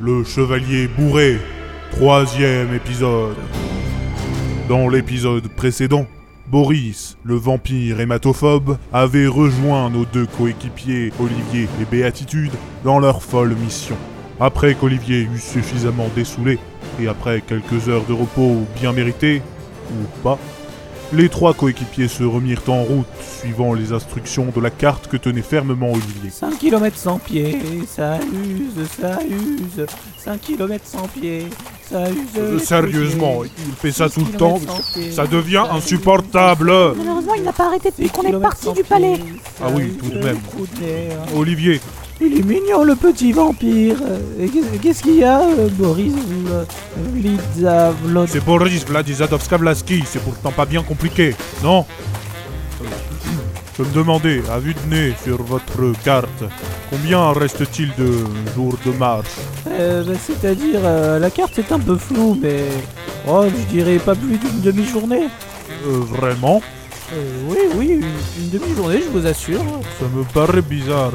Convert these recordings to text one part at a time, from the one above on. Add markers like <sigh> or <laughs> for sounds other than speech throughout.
Le Chevalier Bourré, troisième épisode. Dans l'épisode précédent, Boris, le vampire hématophobe, avait rejoint nos deux coéquipiers Olivier et Béatitude dans leur folle mission. Après qu'Olivier eut suffisamment dessoulé, et après quelques heures de repos bien méritées, ou pas, les trois coéquipiers se remirent en route, suivant les instructions de la carte que tenait fermement Olivier. 5 km sans pied, ça use, ça use. 5 km sans pied, ça use. Euh, les Sérieusement, pieds. il fait ça Six tout le temps. kilomètres sans pied, Ça devient ça use. insupportable. Malheureusement, il n'a pas arrêté Six depuis qu'on est kilomètres parti sans du pied, palais. ça Ah oui, use tout de le même. trou de nerf. Olivier, Il est mignon le petit vampire. Et qu'est- Qu'est-ce qu'il y a, euh, Boris euh, Lidza Vlod- c'est Boris Vladizadovska-Vlaski, c'est pourtant pas bien compliqué, non Je me demandais, à vue de nez sur votre carte, combien reste-t-il de jours de marche Euh, bah, C'est-à-dire, euh, la carte est un peu floue, mais. Oh, je dirais pas plus d'une demi-journée. Euh, Vraiment Euh, oui, oui, une, une demi-journée, je vous assure. Ça me paraît bizarre.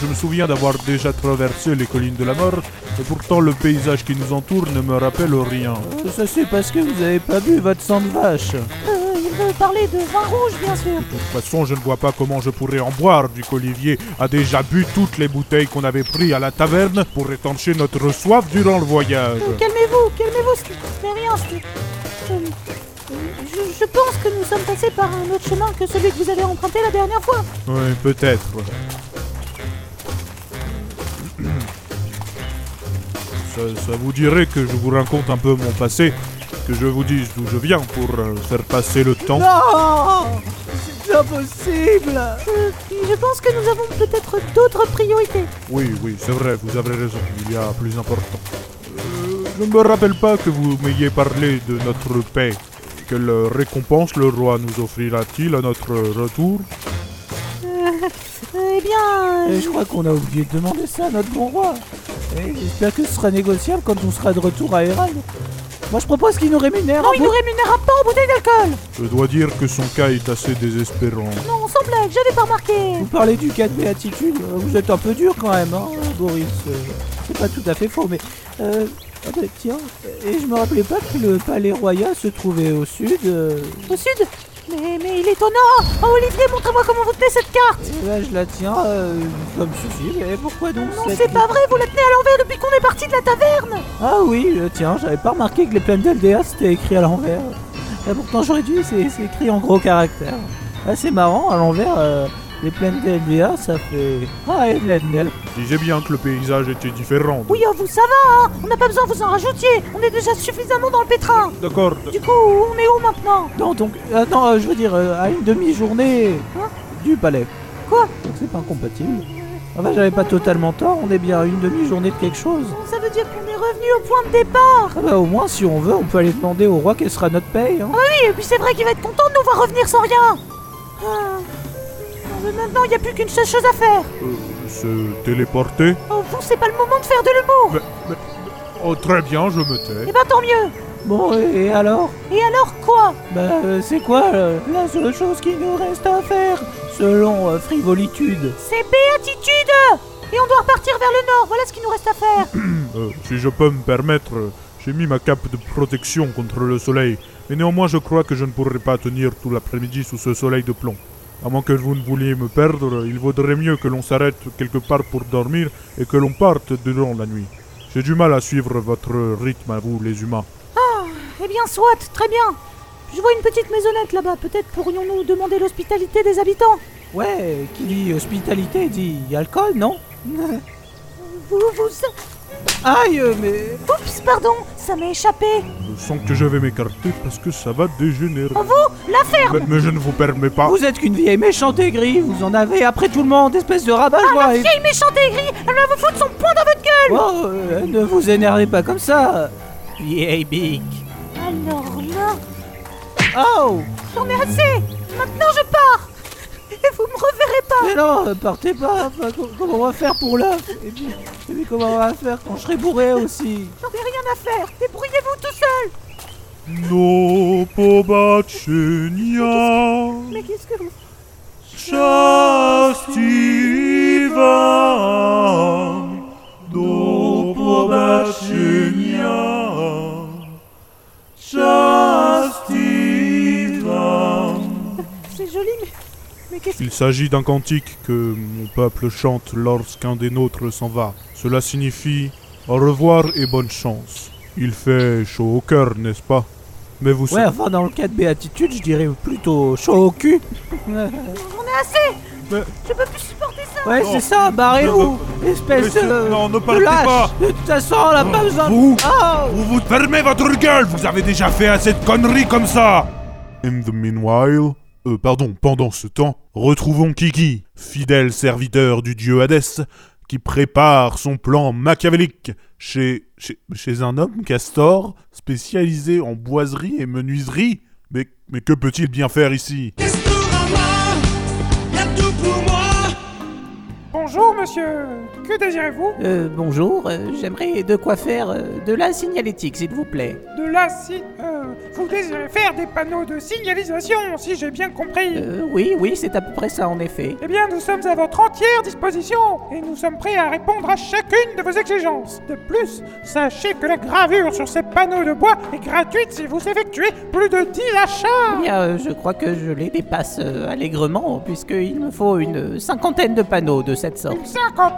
Je me souviens d'avoir déjà traversé les collines de la mort, et pourtant le paysage qui nous entoure ne me rappelle rien. Euh, Ça, c'est parce que vous avez pas bu votre sang de vache. Euh, il veut parler de vin rouge, bien sûr. De toute façon, je ne vois pas comment je pourrais en boire, vu qu'Olivier a déjà bu toutes les bouteilles qu'on avait prises à la taverne pour étancher notre soif durant le voyage. Euh, calmez-vous, calmez-vous, c'est- c'est rien. c'est- euh, euh, je, je pense que nous sommes passés par un autre chemin que celui que vous avez emprunté la dernière fois. Oui, peut-être. <clears throat> Ça, ça vous dirait que je vous raconte un peu mon passé, que je vous dise d'où je viens pour euh, faire passer le temps. Non C'est impossible Euh, je pense que nous avons peut-être d'autres priorités. Oui, oui, c'est vrai, vous avez raison, il y a plus important. Euh, je ne me rappelle pas que vous m'ayez parlé de notre paix. Quelle récompense le roi nous offrira-t-il à notre retour Euh, euh, eh bien, euh, Et je crois qu'on a oublié de demander ça à notre bon roi. Et j'espère que ce sera négociable quand on sera de retour à Hérald. Moi, je propose qu'il nous rémunère. hein, non, en il bou- nous rémunérera pas en bouteille d'alcool. Je dois dire que son cas est assez désespérant. Non, sans blague, j'avais pas remarqué. Vous parlez du cas de béatitude. euh, Vous êtes un peu dur quand même, hein, Boris. euh, C'est pas tout à fait faux, mais. Euh... ah bah, tiens, et je me rappelais pas que le palais royal se trouvait au sud. euh, Au sud mais, mais il est au nord Oh Olivier, montrez-moi comment vous tenez cette carte et là, je la tiens euh, comme ceci. Mais pourquoi donc Non, cette- c'est pas vrai, vous la tenez à l'envers depuis qu'on est parti de la taverne Ah oui, euh, tiens, j'avais pas remarqué que les plaines d'Aldea c'était écrit à l'envers. Et pourtant j'aurais dû, c'est c'est écrit en gros caractères. Ah c'est marrant, à l'envers, euh, les plaines d'Aldea ça fait... Ah, et Glendale. Je disais bien que le paysage était différent. Oui, oh, vous, ça va, hein On n'a pas besoin de vous en rajouter On est déjà suffisamment dans le pétrin D'accord. Du coup, on est où maintenant Non, donc... ah, non, euh, je veux dire, euh, à une demi-journée Hein du palais. Quoi Donc c'est pas incompatible. Enfin, j'avais pas totalement tort, on est bien à une demi-journée de quelque chose. Bon, Ça veut dire qu'on est revenu au point de départ Ah bah au moins, si on veut, on peut aller demander au roi quelle sera notre paye. hein. Ah Oui, et puis c'est vrai qu'il va être content de nous voir revenir sans rien Ah. Non, mais Maintenant, il n'y a plus qu'une seule chose à faire Euh, se téléporter Oh, vous, c'est pas le moment de faire de l'humour mais, mais- Oh, très bien, je me tais. Eh ben, tant mieux Bon, et- et alors Et alors quoi Bah, euh, c'est quoi euh, la seule chose qui nous reste à faire, selon euh, Frivolitude C'est béatitude Et on doit repartir vers le nord, voilà ce qu'il nous reste à faire Euh, si je peux me permettre, euh, j'ai mis ma cape de protection contre le soleil, mais néanmoins je crois que je ne pourrai pas tenir tout l'après-midi sous ce soleil de plomb. À moins que vous ne vouliez me perdre, il vaudrait mieux que l'on s'arrête quelque part pour dormir et que l'on parte durant la nuit. J'ai du mal à suivre votre rythme à vous les humains. Eh bien, soit, très bien Je vois une petite maisonnette là-bas, peut-être pourrions-nous demander l'hospitalité des habitants Ouais, qui dit hospitalité dit alcool, non <laughs> Vous, vous... Aïe, euh, mais... Oups, pardon, ça m'est échappé Oh, Je sens que je vais m'écarter parce que ça va dégénérer. La ferme Mais, mais je ne vous permets pas. Vous êtes qu'une vieille méchante aigrie, vous en avez après tout le monde, espèce de rabat joie Vieille méchante aigrie, elle va vous foutre son poing dans votre gueule Oh, euh, ne vous énervez pas comme ça Vieille bique Alors là, Oh j'en ai assez Maintenant, je pars Et vous me reverrez pas Mais non, euh, partez pas enfin, co- Comment on va faire pour l'œuf et puis, et puis comment on va faire quand je serai bourré aussi J'en ai rien à faire Débrouillez-vous tout seul No pobaczenia. Mais qu'est-ce que vous... Szczęśliwam do pobaczenia. joli, mais, mais qu'est-ce Il s'agit d'un cantique que mon peuple chante lorsqu'un des nôtres s'en va. Cela signifie au revoir et bonne chance. Il fait chaud au cœur, n'est-ce pas Mais vous Ouais, sa- enfin, dans le cas de béatitude, je dirais plutôt chaud au cul. que... On a assez Mais- Je peux plus supporter ça Ouais, Non. c'est ça, barrez-vous, espèce Monsieur, de. non, ne de partez lâche. pas. De toute façon, on n'a pas besoin de. Vous Oh Vous vous fermez votre gueule Vous avez déjà fait assez de conneries comme ça In the meanwhile... Euh, pardon, pendant ce temps, retrouvons Kiki, fidèle serviteur du dieu Hadès, qui prépare son plan machiavélique chez, chez, chez un homme castor spécialisé en boiserie et menuiserie. Mais, mais que peut-il bien faire ici Castorama, y a tout pour moi. Bonjour monsieur, que désirez-vous Euh, bonjour, euh, j'aimerais de quoi faire euh, de la signalétique, s'il vous plaît. De la si... euh, vous désirez faire des panneaux de signalisation, si j'ai bien compris. Euh, oui, oui, c'est à peu près ça en effet. Eh bien, nous sommes à votre entière disposition et nous sommes prêts à répondre à chacune de vos exigences. De plus, sachez que la gravure sur ces panneaux de bois est gratuite si vous effectuez plus de 10 achats. Eh bien, euh, je crois que je les dépasse euh, allègrement, puisqu'il me faut une cinquantaine de panneaux de cette Une sorte. 50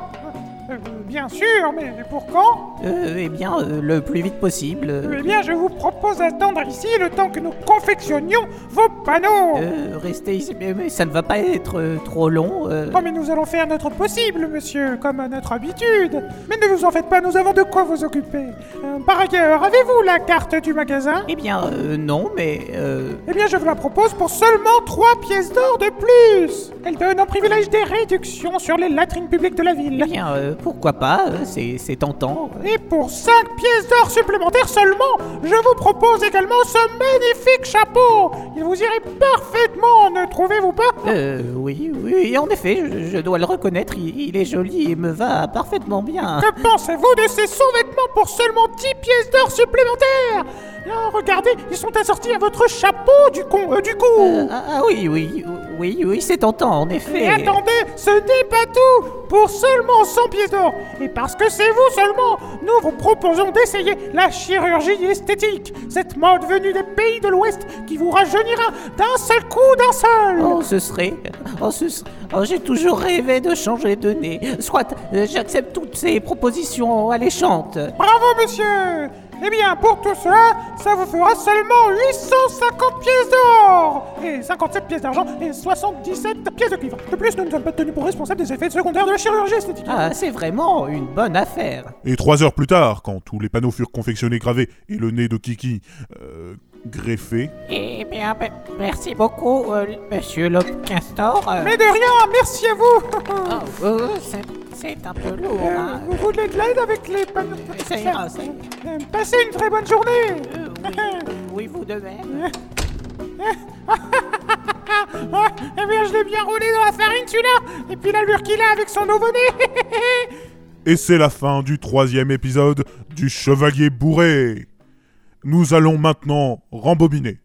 Euh, Bien sûr, mais pour quand Euh, eh bien, euh, le plus vite possible. euh, Eh bien, je vous propose d'attendre ici le temps que nous confectionnions vos panneaux. euh, restez ici, mais, mais ça ne va pas être euh, trop long. euh. Oh mais nous allons faire notre possible, monsieur, comme à notre habitude. Mais ne vous en faites pas, nous avons de quoi vous occuper. Euh, par ailleurs, avez-vous la carte du magasin Eh bien, euh, non, mais... euh, Eh bien, je vous la propose pour seulement 3 pièces d'or de plus Elle donne en privilège des réductions sur les latrines publiques de la Eh ville. bien, euh, pourquoi pas, euh, c'est c'est tentant. Et pour 5 pièces d'or supplémentaires seulement, je vous propose également ce magnifique chapeau Il vous irait parfaitement, ne trouvez-vous pas Euh, oui, oui, en effet, je, je dois le reconnaître, il, il est joli et me va parfaitement bien. Que pensez-vous de ces sous-vêtements pour seulement 10 pièces d'or supplémentaires Ah, Regardez, ils sont assortis à votre chapeau du, con, euh, du Euh, euh. coup ah, ah oui, oui, oui, oui, c'est tentant, en effet. Et attendez, ce n'est pas tout Pour seulement 100 pièces d'or, et parce que c'est vous seulement, nous vous proposons d'essayer la chirurgie esthétique, cette mode venue des pays de l'Ouest qui vous rajeunira d'un seul coup, d'un seul Oh, ce serait... Oh, ce ser- oh, j'ai toujours rêvé de changer de nez. Soit, euh, j'accepte toutes ces propositions alléchantes. Bravo, monsieur Eh bien, pour tout cela, ça vous fera seulement 850 pièces d'or Et 57 pièces d'argent et 77 pièces de cuivre. De plus, nous ne sommes pas tenus pour responsables des effets secondaires de la chirurgie esthétique. Ah, c'est vraiment une bonne affaire. Et trois heures plus tard, quand tous les panneaux furent confectionnés, gravés, et le nez de Kiki euh, greffé, Eh bien, ben, merci beaucoup, euh, monsieur Lope Castor. Euh, Mais de rien, merci à vous oh, euh, c'est- c'est un peu lourd, Euh, hein. Vous voulez de l'aide avec les panneaux Ça ira, ça ira. Euh, Passez une très bonne journée Euh, oui, oui, vous de même. Ah, Eh bien, je l'ai bien roulé dans la farine, celui-là Et puis l'allure qu'il a avec son nouveau-né <laughs> Et c'est la fin du troisième épisode du Chevalier Bourré. Nous allons maintenant rembobiner.